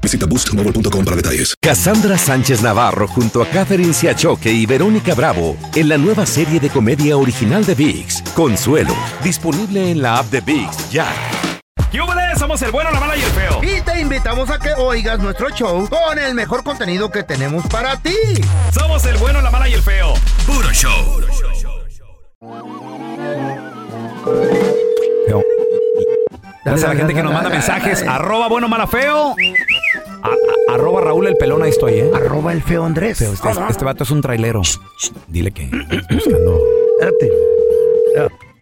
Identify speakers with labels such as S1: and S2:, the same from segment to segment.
S1: Visita boostmobile.com para detalles.
S2: Cassandra Sánchez Navarro junto a Catherine Siachoque y Verónica Bravo en la nueva serie de comedia original de VIX, Consuelo, disponible en la app de VIX ya.
S3: ¡Yúbales! Somos el bueno, la mala y el feo.
S4: Y te invitamos a que oigas nuestro show con el mejor contenido que tenemos para ti.
S3: Somos el bueno, la mala y el feo. Puro show. Gracias a la gente que nos manda mensajes. Arroba bueno, mala, feo. A- a- arroba Raúl el pelón, ahí estoy, ¿eh?
S4: Arroba el feo Andrés.
S3: Feo, este, este vato es un trailero. Dile que estás buscando.
S4: Espérate.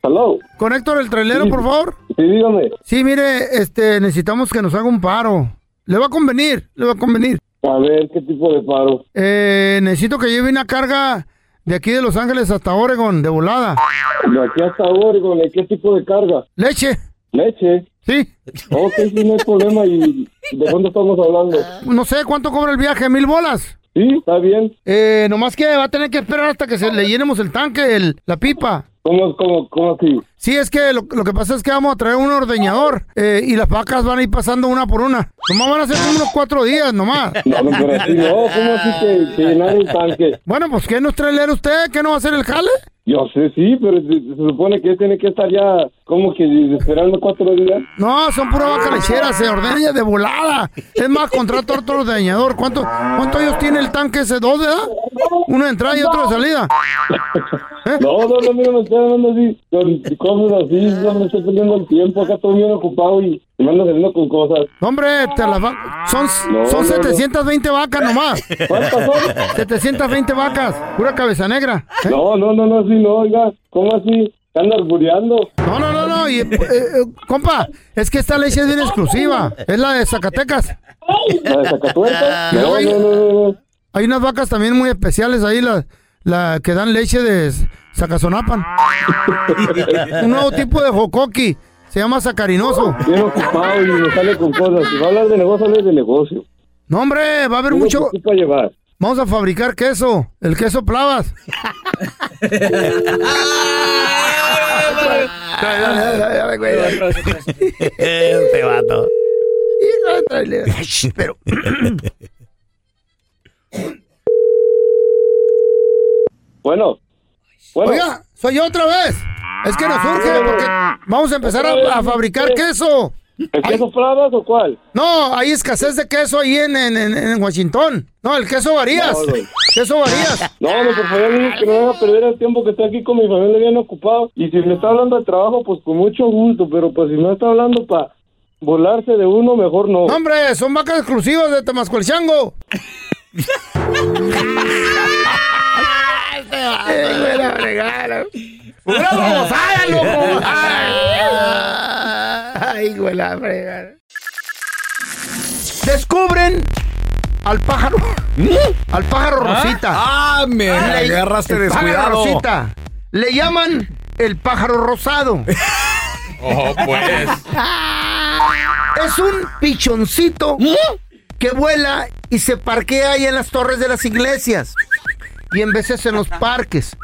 S5: Hello.
S4: Con Héctor el trailero, por favor.
S5: Sí, dígame.
S4: Sí, mire, este, necesitamos que nos haga un paro. Le va a convenir, le va a convenir.
S5: A ver, ¿qué tipo de paro?
S4: Eh, necesito que lleve una carga de aquí de Los Ángeles hasta Oregon, de volada.
S5: De aquí hasta Oregon, ¿eh? ¿qué tipo de carga?
S4: Leche,
S5: Leche.
S4: sí.
S5: Ok, sí, no hay problema. ¿Y de cuándo estamos hablando?
S4: No sé cuánto cobra el viaje, mil bolas.
S5: Sí, está bien.
S4: Eh, nomás que va a tener que esperar hasta que se le llenemos el tanque, el- la pipa.
S5: ¿Cómo, cómo, cómo así?
S4: Sí, es que lo, lo que pasa es que vamos a traer un ordeñador eh, y las vacas van a ir pasando una por una. Nomás van a ser como unos cuatro días, nomás.
S5: No, no, pero así no. ¿Cómo así que, que llenar el tanque?
S4: Bueno, pues ¿qué nos trae leer usted? ¿Qué no va a hacer el jale?
S5: Yo sé, sí, pero se, se supone que tiene que estar ya como que esperando cuatro días.
S4: No, son pura vaca lechera, se ordeña de volada. Es más, contrata otro ordeñador. ¿Cuánto, ¿Cuánto ellos tiene el tanque ese? ¿Dos, verdad? Uno de entrada y otro de salida. ¿Eh?
S5: No, no, no, mira, me estoy hablando así, con cosas así, no me estoy perdiendo el tiempo, acá estoy bien ocupado y me ando saliendo con cosas.
S4: Hombre, te las va- son,
S5: No, no,
S4: son
S5: no.
S4: 720 vacas nomás.
S5: ¿Cuántas son?
S4: 720 vacas, pura cabeza negra. ¿eh?
S5: No, no, no, no, sí, no, oiga, ¿cómo así? ¿Anda albureando?
S4: No, no, no, no. Y, eh, eh, compa, es que esta leche es bien exclusiva. Es la de Zacatecas.
S5: ¿La de Zacatuerta?
S4: Yo
S5: No,
S4: voy-
S5: no, no, no, no.
S4: Hay unas vacas también muy especiales ahí, la, la que dan leche de Zacazonapan. Un nuevo tipo de jocoqui. Se llama sacarinoso.
S5: Bien ocupado y me sale con cosas. Si va a hablar de negocio, hable de negocio.
S4: No, hombre, va a haber
S5: ¿Cómo
S4: mucho.
S5: ocupa llevar?
S4: Vamos a fabricar queso. El queso plavas. Dale, dale, dale, dale, güey, dale.
S3: Este vato.
S4: Hijo de trailer. Pero.
S5: Bueno, bueno,
S4: Oiga, soy yo otra vez. Es que nos surge porque vamos a empezar a, a fabricar queso.
S5: ¿el queso Pravas o cuál?
S4: No, hay escasez de queso ahí en, en, en- en Washington. No, el queso varías.
S5: No, güey.
S4: queso varías.
S5: No, no, por favor, digo que no me haga perder el tiempo que estoy aquí con mi familia bien ocupado. Y si me está hablando de trabajo, pues con mucho gusto, pero pues si me está hablando para volarse de uno, mejor no.
S4: No, hombre, son vacas exclusivas de Tamascuelchango. ¡Una babosada, loco! ¡Ay, güey, la fregada! Descubren al pájaro. Al pájaro Rosita.
S3: Ah, me
S4: Le-
S3: agarraste
S4: el pájaro
S3: descuidado.
S4: Rosita. Le llaman el pájaro rosado.
S6: Oh, pues.
S4: Es un pichoncito
S3: ¿Mm?
S4: que vuela y se parquea ahí en las torres de las iglesias y en veces en los parques.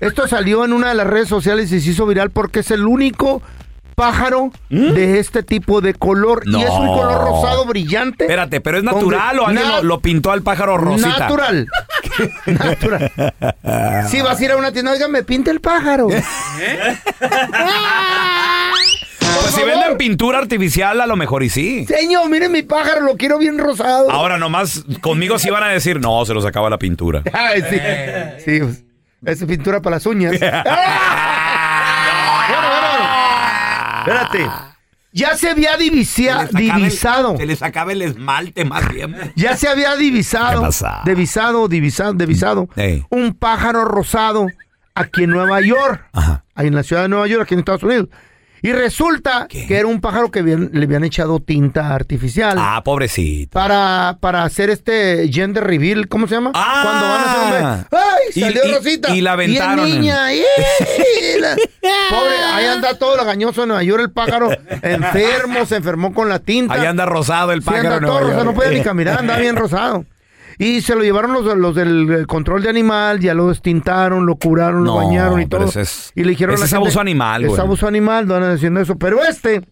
S4: Esto salió en una de las redes sociales y se hizo viral porque es el único pájaro de este tipo de color. Y es un
S3: ¿Mm? No.
S4: color rosado brillante.
S3: Espérate, pero es
S4: Con-
S3: natural o alguien
S4: Na-
S3: lo, lo pintó al pájaro rosita.
S4: Natural. Natural. Si
S3: Pues
S4: vas a ir a una tienda, oiga, me pinta el pájaro.
S3: Pues si
S4: favor.
S3: venden pintura artificial, a lo mejor y sí.
S4: Señor, miren mi pájaro, lo quiero bien rosado.
S3: Ahora nomás conmigo sí van a decir, no, se los acaba la pintura.
S4: Ay, sí.
S3: eh.
S4: Sí, pues, es pintura para las uñas. Bueno, bueno, bueno. Espérate. Ya se había divisia- Ah, divisado.
S3: se les acaba el esmalte más bien.
S4: Ya se había divisado.
S3: ¿Qué pasa?
S4: Divisado, divisado, divisado.
S3: Ey.
S4: Un pájaro rosado aquí en Nueva York.
S3: Ajá.
S4: Ahí en la ciudad de Nueva York, aquí en Estados Unidos. Y resulta
S3: ¿Qué?
S4: que era un pájaro que habían- le habían echado tinta artificial.
S3: Ah, pobrecito.
S4: Para, para hacer este gender reveal, ¿cómo se llama?
S3: Ah.
S4: Cuando van a hacer un bebé. ¡Ay!
S3: Y-
S4: Salió
S3: y-
S4: Rosita.
S3: y la aventaron.
S4: Y es niña. ¡Y- y la- Pobre, ahí anda todo lo gañoso en Nueva York, el pájaro enfermo, se enfermó con la tinta.
S3: Ahí anda rosado el
S4: Sí, anda
S3: pájaro. en
S4: todo
S3: Nueva
S4: rosado, no
S3: York.
S4: puede ni caminar, anda bien rosado. Y se lo llevaron los, los del eh, control de animal, ya lo extintaron, lo curaron, lo
S3: No,
S4: bañaron y
S3: pero
S4: todo.
S3: ese es-
S4: y le dijeron a
S3: ese
S4: la
S3: es
S4: gente,
S3: abuso animal,
S4: Es
S3: güey.
S4: abuso animal, no andan diciendo eso. Pero este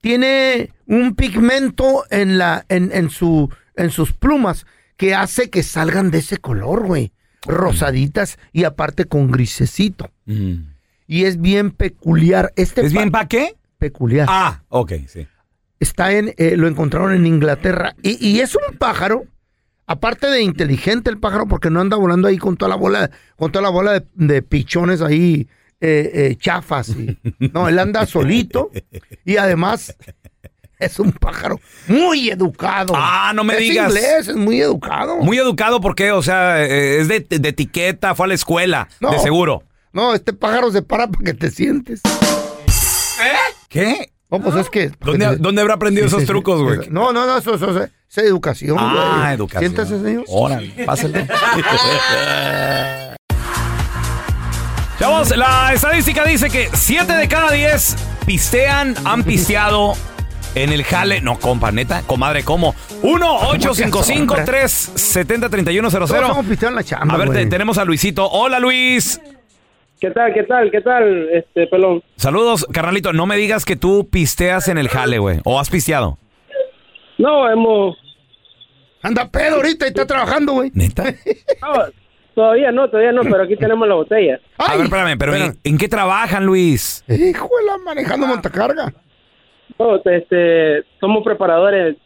S4: tiene un pigmento en la, en, en su, en sus plumas que hace que salgan de ese color, güey. Rosaditas y aparte con grisecito.
S3: Mm.
S4: Y es bien peculiar. Este
S3: ¿Es
S4: pa-
S3: bien pa' qué?
S4: peculiar
S3: Ah, ok, sí.
S4: está en, eh, lo encontraron en Inglaterra. Y, y es un pájaro, aparte de inteligente el pájaro, porque no anda volando ahí con toda la bola, con toda la bola de, de pichones ahí eh, eh, chafas. y- no, él anda solito y además es un pájaro muy educado.
S3: Ah, no me
S4: Es
S3: digas.
S4: inglés, es muy educado.
S3: Muy educado porque, o sea, eh, es de, de etiqueta, fue a la escuela,
S4: No.
S3: de seguro.
S4: No, este pájaro se para para que te sientes.
S3: ¿Qué?
S4: No, pues es que...
S3: ¿Dónde, dónde habrá aprendido esos trucos, güey?
S4: No, no, no, eso, eso, eso es educación.
S3: Ah,
S4: güey.
S3: educación.
S4: Siéntese, señor.
S3: Órale, pásale. Chavos, la estadística dice que 7 de cada 10 pistean, han pisteado en el jale. No, compa, neta, comadre, ¿cómo? 1-855-370-3100.
S4: Todos somos pisteados en la chamba,
S3: A ver, te-
S4: güey.
S3: tenemos a Luisito. Hola, Luis.
S5: ¿Qué tal, qué tal, qué tal, este pelón?
S3: Saludos, carnalito. No me digas que tú pisteas en el jale, güey. ¿O has pisteado?
S5: No, hemos...
S4: Anda pedo ahorita y está trabajando, güey.
S3: ¿Neta?
S5: no, todavía no, todavía no, pero aquí tenemos la botella.
S3: A
S4: Ay,
S3: ver, espérame, pero ¿en, en qué trabajan, Luis?
S4: Hijo de la manejando montacarga.
S5: No, este, somos preparadores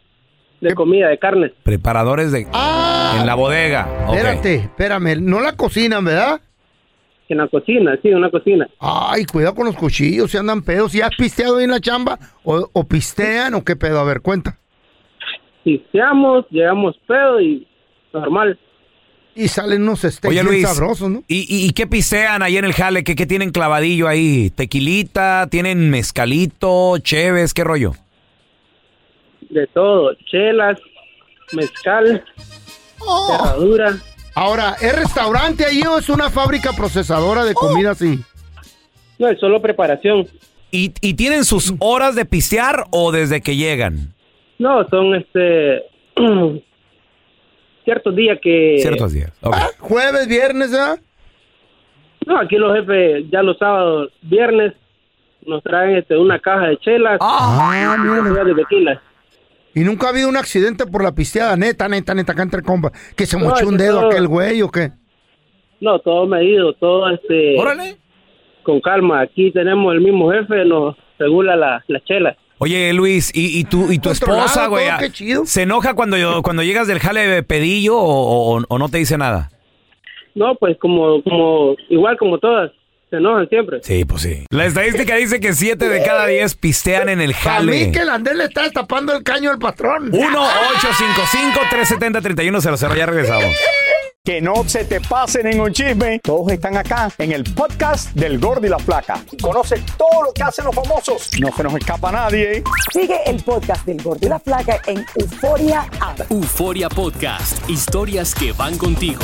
S5: de comida, de carne.
S3: Preparadores de...
S4: Ah,
S3: En la bodega. Ok.
S4: espérate, espérame. No la cocinan, ¿verdad?
S5: En la cocina, sí, en una cocina.
S4: Ay, cuidado con los cuchillos, si andan pedos. Si has pisteado ahí en la chamba, o, o pistean, o qué pedo. A ver, cuenta.
S5: Pisteamos, llegamos pedo y normal.
S4: Y salen unos steaks
S3: Oye,
S4: bien
S3: Luis.
S4: sabrosos, ¿no?
S3: ¿y, y, y qué pistean ahí en el jale? ¿Qué, qué tienen clavadillo ahí? ¿Tequilita? ¿Tienen mezcalito? ¿Cheves? ¿Qué rollo?
S5: de todo, chelas, mezcal, cerradura.
S4: Ahora, ¿es restaurante ahí o es una fábrica procesadora de comida así?
S5: No, es solo preparación.
S3: ¿Y, y tienen sus horas de pistear o desde que llegan?
S5: No, son este ciertos días que
S3: Ciertos días. Ok.
S4: Ah, Jueves, viernes, ¿ah?
S5: no, aquí los jefes ya los sábados, viernes nos traen este una caja de chelas,
S4: Ah,
S5: y una
S4: mira.
S5: botella de tequila.
S4: Y nunca ha habido un accidente por la pisteada, neta, neta, neta, acá entre compas. Que se
S5: No,
S4: mochó un
S5: eso
S4: dedo
S5: no.
S4: aquel güey o qué.
S5: No, todo medido, todo este
S3: Órale.
S5: con calma. Aquí tenemos el mismo jefe, nos regula la, las chelas.
S3: Oye, Luis, ¿y, y tu, y tu
S4: Controlado
S3: esposa, güey?
S4: todo,
S3: ah,
S4: qué chido.
S3: ¿Se enoja cuando, yo- cuando llegas del jale de pedillo o, o- o no te dice nada?
S5: No, pues como como igual como todas, se enojan siempre.
S3: Sí, pues sí. La estadística dice que 7 de cada 10 pistean en el
S4: A
S3: jale.
S4: mí que el andén le está tapando el caño al patrón.
S3: 1-855-370-3100. Ya regresamos.
S7: Que no se te pase ningún chisme. Todos están acá en el podcast del Gordi y la Flaca. Y conoce todo lo que hacen los famosos. No se nos escapa nadie.
S8: Sigue el podcast del Gordo y la Flaca en Euforia App.
S9: Euforia Podcast, historias que van contigo.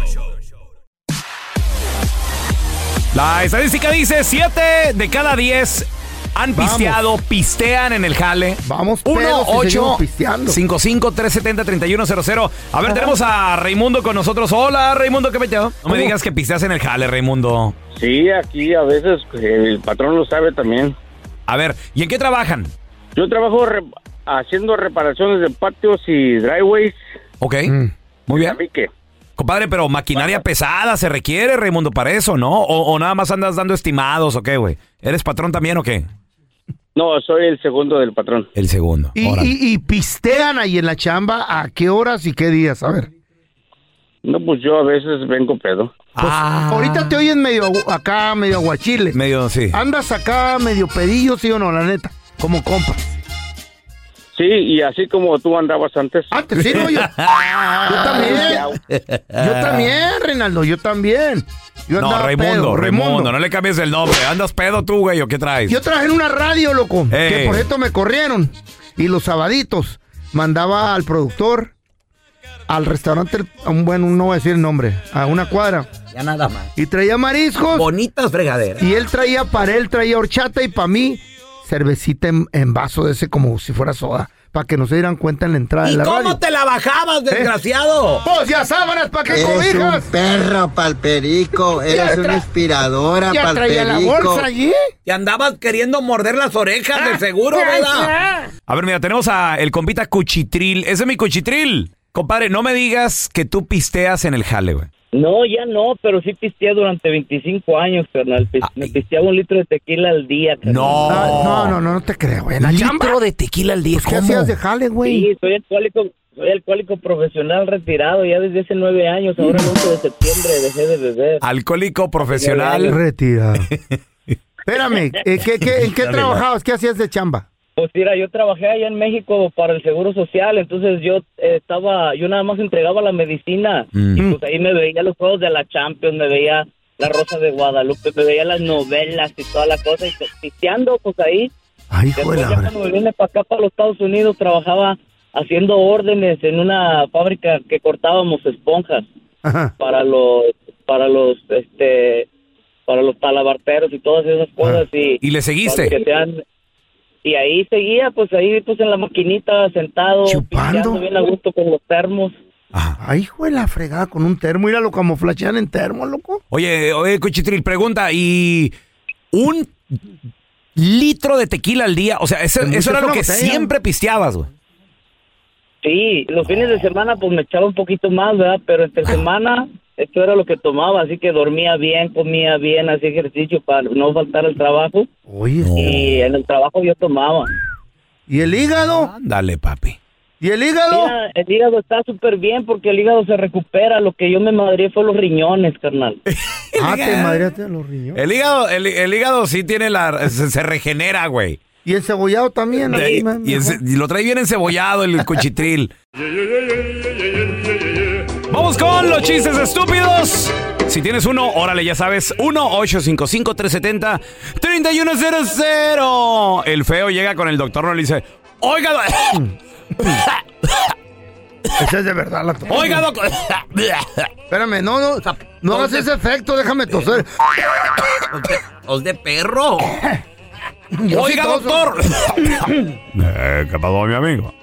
S3: La estadística dice 7 de cada 10 han
S4: Vamos.
S3: pisteado, pistean en el jale. Vamos,
S4: pedos, y seguimos
S3: 1
S4: pisteando.
S3: 55 370 3100 A ver,
S4: Ajá.
S3: tenemos a Raimundo con nosotros. Hola, Raimundo, ¿qué peteo? No
S10: ¿Cómo?
S3: me digas que pisteas en el jale, Raimundo.
S10: Sí, aquí a veces eh, el patrón lo sabe también.
S3: A ver, ¿y en qué trabajan?
S10: Yo trabajo re- haciendo reparaciones de patios y driveways.
S3: Ok,
S4: Mm.
S3: muy bien. Compadre, pero maquinaria pesada se requiere, Raimundo, para eso, ¿no? O, o nada más andas dando estimados, ¿o qué, güey? ¿Eres patrón también o qué?
S10: No, soy el segundo del patrón.
S3: El segundo.
S4: Y, y- y pistean ahí en la chamba a qué horas y qué días. A ver.
S10: No, pues yo a veces vengo pedo.
S4: pues, Ahorita Ah, te oyes medio agu- acá, medio aguachile.
S3: Ah. Medio, sí.
S4: Andas acá medio pedillo, sí o no, la neta. Como compa.
S10: Sí, y así como tú andabas antes.
S4: Antes, Ah, sí, no, yo- yo también. Yo también, Reinaldo, yo también. Yo
S3: no,
S4: andaba
S3: Raimundo,
S4: pedo,
S3: Raimundo,
S4: Raimundo.
S3: no le cambies el nombre. ¿Andas pedo tú, güey, o qué traes?
S4: Yo trabajé en una radio, loco, que
S3: Ey.
S4: por esto me corrieron. Y los sabaditos mandaba al productor, al restaurante, el- a un buen, no voy a decir el nombre, a una cuadra.
S11: Ya nada más.
S4: Y traía mariscos.
S11: Bonitas fregaderas.
S4: Y él traía, para él traía horchata y para mí, cervecita en, en vaso de ese como si fuera soda. Para que no se dieran cuenta en la entrada de
S11: ¿Y
S4: la
S11: cómo
S4: radio. Eh.
S11: te la bajabas, desgraciado?
S4: Pues ya sábanas, ¿para qué
S12: Eres
S4: cobijas?
S12: un perro palperico, eres
S11: tra-
S12: una inspiradora
S11: ya traía la
S12: palperico.
S11: bolsa allí. Te andabas queriendo morder las orejas
S4: Ah,
S11: de seguro, ¿verdad?
S3: A ver, mira, tenemos a el compita Cuchitril. Ese es mi Cuchitril. Compadre, no me digas que tú pisteas en el jale, güey.
S5: No, ya no, pero sí pisteé durante 25 años, carnal. Pis-
S10: Ah.
S5: me pisteaba un litro de tequila al día, carnal.
S4: Ah, No, no, no, no te creo, güey. La chamba.
S11: de tequila al día.
S4: ¿Qué hacías de jale, güey?
S5: Sí, soy alcohólico, soy alcohólico profesional retirado ya desde hace nueve años. Ahora el 11 de septiembre dejé de beber.
S3: Alcohólico profesional.
S4: Retirado. Espérame, eh, ¿qué, qué, en qué
S5: Dale,
S4: trabajabas? ¿Qué hacías de chamba?
S5: Pues mira, yo trabajé allá en México para el Seguro Social, entonces yo eh, estaba, yo nada más entregaba la medicina y pues ahí me veía los juegos de la Champions, me veía la Rosa de Guadalupe, me veía las novelas y toda la cosa y pues, pisteando pues ahí. Después ya cuando me vine para acá, para los Estados Unidos, trabajaba haciendo órdenes en una fábrica que cortábamos esponjas
S4: Ajá.
S5: para los, para los, este, para los talabarteros y todas esas cosas y
S3: Ah. ¿Y le seguiste?
S5: para que sean- y ahí seguía, pues ahí pues en la maquinita sentado, pisteando bien a gusto con los termos.
S4: Ay, hijo de la fregada con un termo. Mira, lo camuflachean en termo, loco.
S3: Oye, oye, Cuchitril, pregunta, ¿y un litro de tequila al día? O sea, ese-
S5: Pues,
S3: eso
S5: es
S3: era lo
S5: una
S3: que
S5: botella.
S3: siempre pisteabas, güey.
S5: Sí, los fines de semana pues me echaba un poquito más, ¿verdad? Pero
S3: Ah.
S5: entre semana esto era lo que tomaba, así que dormía bien, comía bien, hacía ejercicio para no faltar al trabajo.
S4: Oye.
S3: Oh.
S5: Y en el trabajo yo tomaba.
S4: ¿Y el hígado?
S3: Dale, papi.
S4: ¿Y el hígado?
S5: Mira, el hígado está súper bien porque el hígado se recupera. Lo que yo me madré fue los riñones, carnal.
S4: Ah, te madreaste los riñones.
S3: El hígado, el, el hígado sí tiene la... se, se regenera, güey.
S4: Y el cebollado también.
S3: De-
S4: ahí, man,
S3: y, el-
S4: mejor.
S3: y lo trae bien encebollado el Cuchitril. Vamos con los chistes estúpidos. Si tienes uno, órale, ya sabes, 1-855-370-3100. El feo llega con el doctor, no le dice, oiga, do-
S4: Esa es de verdad la tos.
S3: oiga, doctor.
S4: Espérame, no, no. No hagas ese efecto, déjame toser.
S11: Os de perro.
S4: Yo
S11: Oiga,
S4: sí toso.
S11: doctor.
S3: Eh, ¿Qué pasó, mi amigo?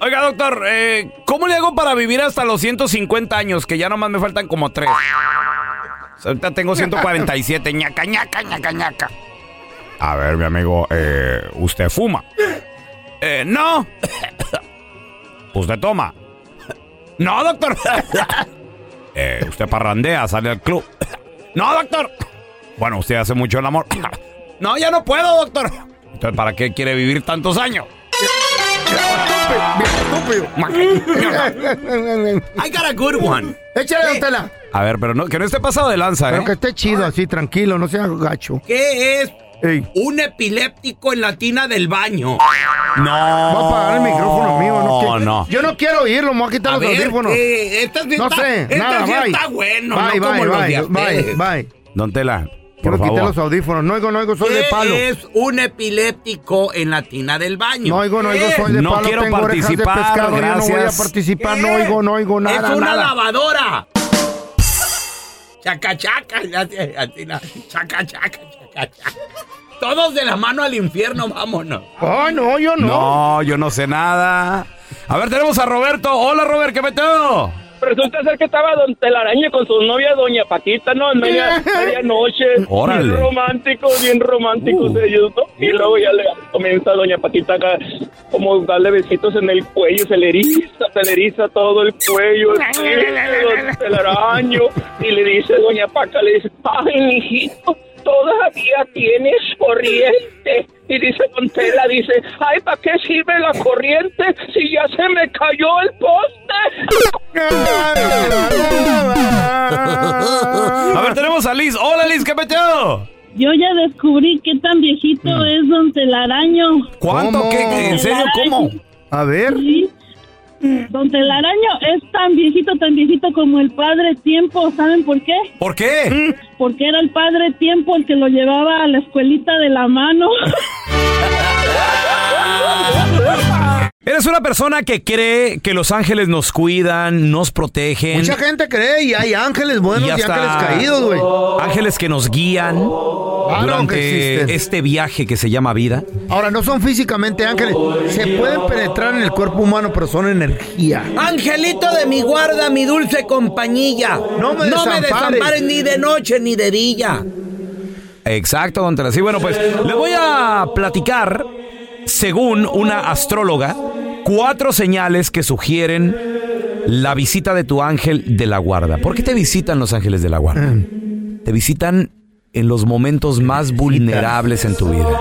S3: Oiga, doctor, eh, ¿cómo le hago para vivir hasta los 150 años? Que ya nomás me faltan como tres. Ahorita tengo 147, ñaca, ñaca, ñaca, ñaca. A ver, mi amigo, eh, ¿usted fuma? Eh, no. ¿Usted toma? No, doctor. Eh, ¿Usted parrandea, sale al club? No, doctor. Bueno, ¿usted hace mucho el amor? No, ya no puedo, doctor. Entonces, ¿para qué quiere vivir tantos años?
S13: I got a good one.
S4: Échale, don Tela.
S3: A ver, pero no, que no esté pasado de lanza, ¿eh?
S4: Pero que esté chido así, tranquilo, no sea gacho.
S13: ¿Qué es
S4: Ey.
S13: un epiléptico en la tina del baño?
S3: No.
S4: Voy a apagar el micrófono mío. No,
S3: No,
S4: quiero-
S3: no.
S4: Yo no quiero oírlo, me voy a quitar
S13: A
S4: los
S13: ver,
S4: audífonos.
S13: eh, esta sí
S4: no
S13: está-
S4: sé,
S13: esta
S4: nada,
S13: sí
S4: bye.
S13: está bueno,
S4: bye,
S13: no
S4: bye,
S13: como los de
S4: bye, bye,
S13: ustedes.
S4: bye.
S3: Don Tela,
S4: Yo
S3: por
S4: me quité
S3: favor.
S4: los audífonos. No oigo, no oigo, soy
S13: ¿Qué
S4: de palo.
S13: es un epiléptico en la tina del baño?
S4: No oigo, no
S13: ¿Qué
S4: oigo,
S13: es?
S4: soy de
S3: No
S4: palo.
S3: quiero
S4: tengo orejas de
S3: participar,
S4: pescado. Yo no voy a
S3: gracias.
S4: participar, no oigo, no oigo nada.
S13: Eh. es una
S4: nada.
S13: lavadora. Chaca, chaca, le hace así, la- chaca, chaca, chaca, chaca. Todos de la mano al infierno, vámonos.
S4: Ay, no, yo no.
S3: No, yo no sé nada. A ver, tenemos a Roberto. Hola, Robert, ¿qué meteo?
S14: Resulta ser que estaba Don Telaraña con su novia Doña Paquita, ¿no? En media, medianoche.
S3: Órale.
S14: Bien románticos, bien románticos ellos, ¿no? Y luego ya le comienza Doña Paquita acá como darle besitos en el cuello, se le eriza, se le eriza todo el cuello, el cuello de Don Telaraño. Y le dice Doña Paca, le dice, ay, mijito, todavía tienes corriente. Y dice Don Tela, dice, ay, ¿para qué sirve la corriente si ya se me cayó el poste?
S3: A ver, tenemos a Liz. Hola, Liz, ¿qué meteo?
S12: Yo ya descubrí qué tan viejito es Don Telaraño.
S3: ¿Cuánto? ¿Qué, qué- en serio? ¿Cómo?
S4: A ver.
S12: Sí. Don Telaraño es tan viejito, tan viejito como el Padre Tiempo. ¿Saben por qué?
S3: ¿Por qué?
S4: Mm.
S12: Porque era el Padre Tiempo el que lo llevaba a la escuelita de la mano.
S3: Eres una persona que cree que los ángeles nos cuidan, nos protegen.
S4: Mucha gente cree y hay ángeles buenos y,
S3: hasta
S4: ángeles caídos, güey. Ah,
S3: Ángeles que nos guían
S4: que
S3: durante
S4: existen.
S3: este viaje que se llama vida.
S4: Ahora, no son físicamente ángeles. Se pueden penetrar en el cuerpo humano, pero son energía.
S13: Angelito de mi guarda, mi dulce compañía. No
S4: me desampares.
S13: desampares ni de noche ni de día.
S3: Exacto, don Tela. Sí, bueno, pues les voy a platicar, según una astróloga, cuatro señales que sugieren la visita de tu ángel de la guarda. ¿Por qué te visitan los ángeles de la guarda? Te visitan en los momentos más vulnerables en tu vida.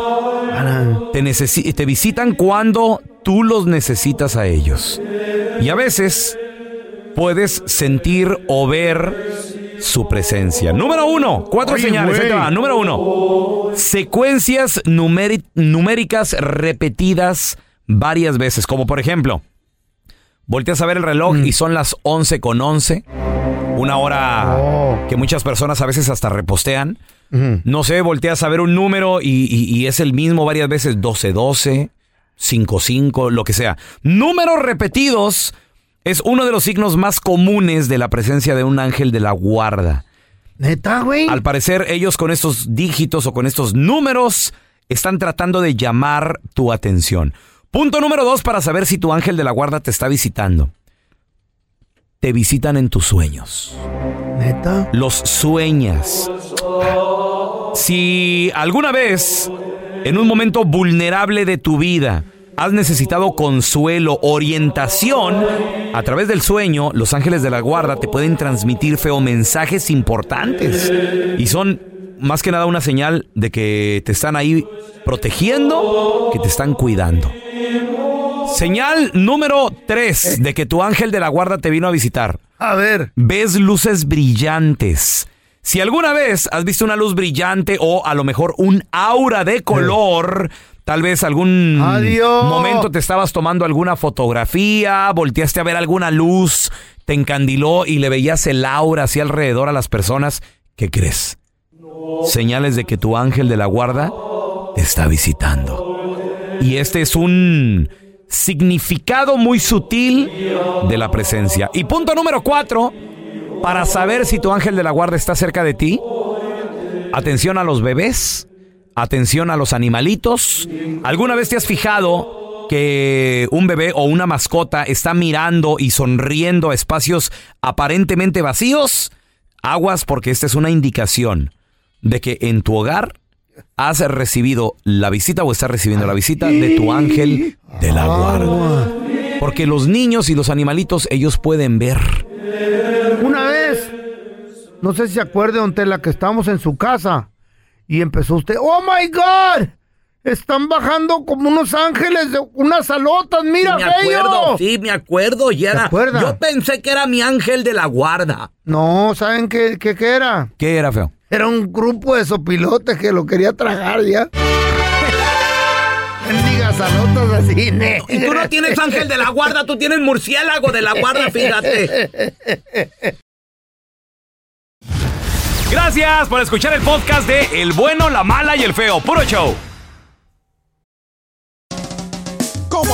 S3: Te, necesi- te visitan cuando tú los necesitas a ellos. Y a veces puedes sentir o ver su presencia. Número uno, cuatro
S15: Oye,
S3: señales. ahí te
S15: güey.
S3: va. Número uno, secuencias numeri- numéricas repetidas varias veces. Como por ejemplo, volteas a ver el reloj
S15: Mm.
S3: y son las 11 con 11. Una hora
S15: Oh.
S3: que muchas personas a veces hasta repostean. No sé, volteas a ver un número y, y- y es el mismo varias veces, 12-12, 5-5, lo que sea. Números repetidos es uno de los signos más comunes de la presencia de un ángel de la guarda.
S4: Neta, güey.
S3: Al parecer, ellos con estos dígitos o con estos números están tratando de llamar tu atención. Punto número dos para saber si tu ángel de la guarda te está visitando. Te visitan en tus sueños.
S4: ¿Neta?
S3: Los sueñas. Si alguna vez, en un momento vulnerable de tu vida, has necesitado consuelo, orientación, a través del sueño, los ángeles de la guarda te pueden transmitir feo mensajes importantes. Y son más que nada una señal de que te están ahí protegiendo, que te están cuidando. Señal número 3 de que tu ángel de la guarda te vino a visitar.
S4: A ver.
S3: Ves luces brillantes. Si alguna vez has visto una luz brillante o a lo mejor un aura de color, tal vez algún
S4: Adiós.
S3: momento te estabas tomando alguna fotografía, volteaste a ver alguna luz, te encandiló y le veías el aura así alrededor a las personas, ¿qué crees? Señales de que tu ángel de la guarda te está visitando. Y este es un significado muy sutil de la presencia. Y punto número cuatro, para saber si tu ángel de la guarda está cerca de ti, atención a los bebés, atención a los animalitos. ¿Alguna vez te has fijado que un bebé o una mascota está mirando y sonriendo a espacios aparentemente vacíos? Aguas porque esta es una indicación de que en tu hogar ¿Has recibido la visita o estás recibiendo la visita de tu ángel de la guarda? Porque los niños y los animalitos, ellos pueden ver.
S4: Una vez, no sé si se acuerde, don Tela, que estábamos en su casa y empezó usted, ¡Oh, my God! Están bajando como unos ángeles de unas alotas, mira,
S13: me
S4: bello.
S13: acuerdo, sí, me acuerdo. Y era,
S4: acuerda?
S13: yo pensé que era mi ángel de la guarda.
S4: No, ¿saben qué, qué, qué era?
S3: ¿Qué era, feo?
S4: Era un grupo de sopilotes que lo quería tragar ya. Bendigas alotas así, ne.
S13: Y tú no tienes ángel de la guarda, tú tienes murciélago de la guarda, fíjate.
S3: Gracias por escuchar el podcast de El bueno, la mala y el feo. Puro show.
S15: ¿Cómo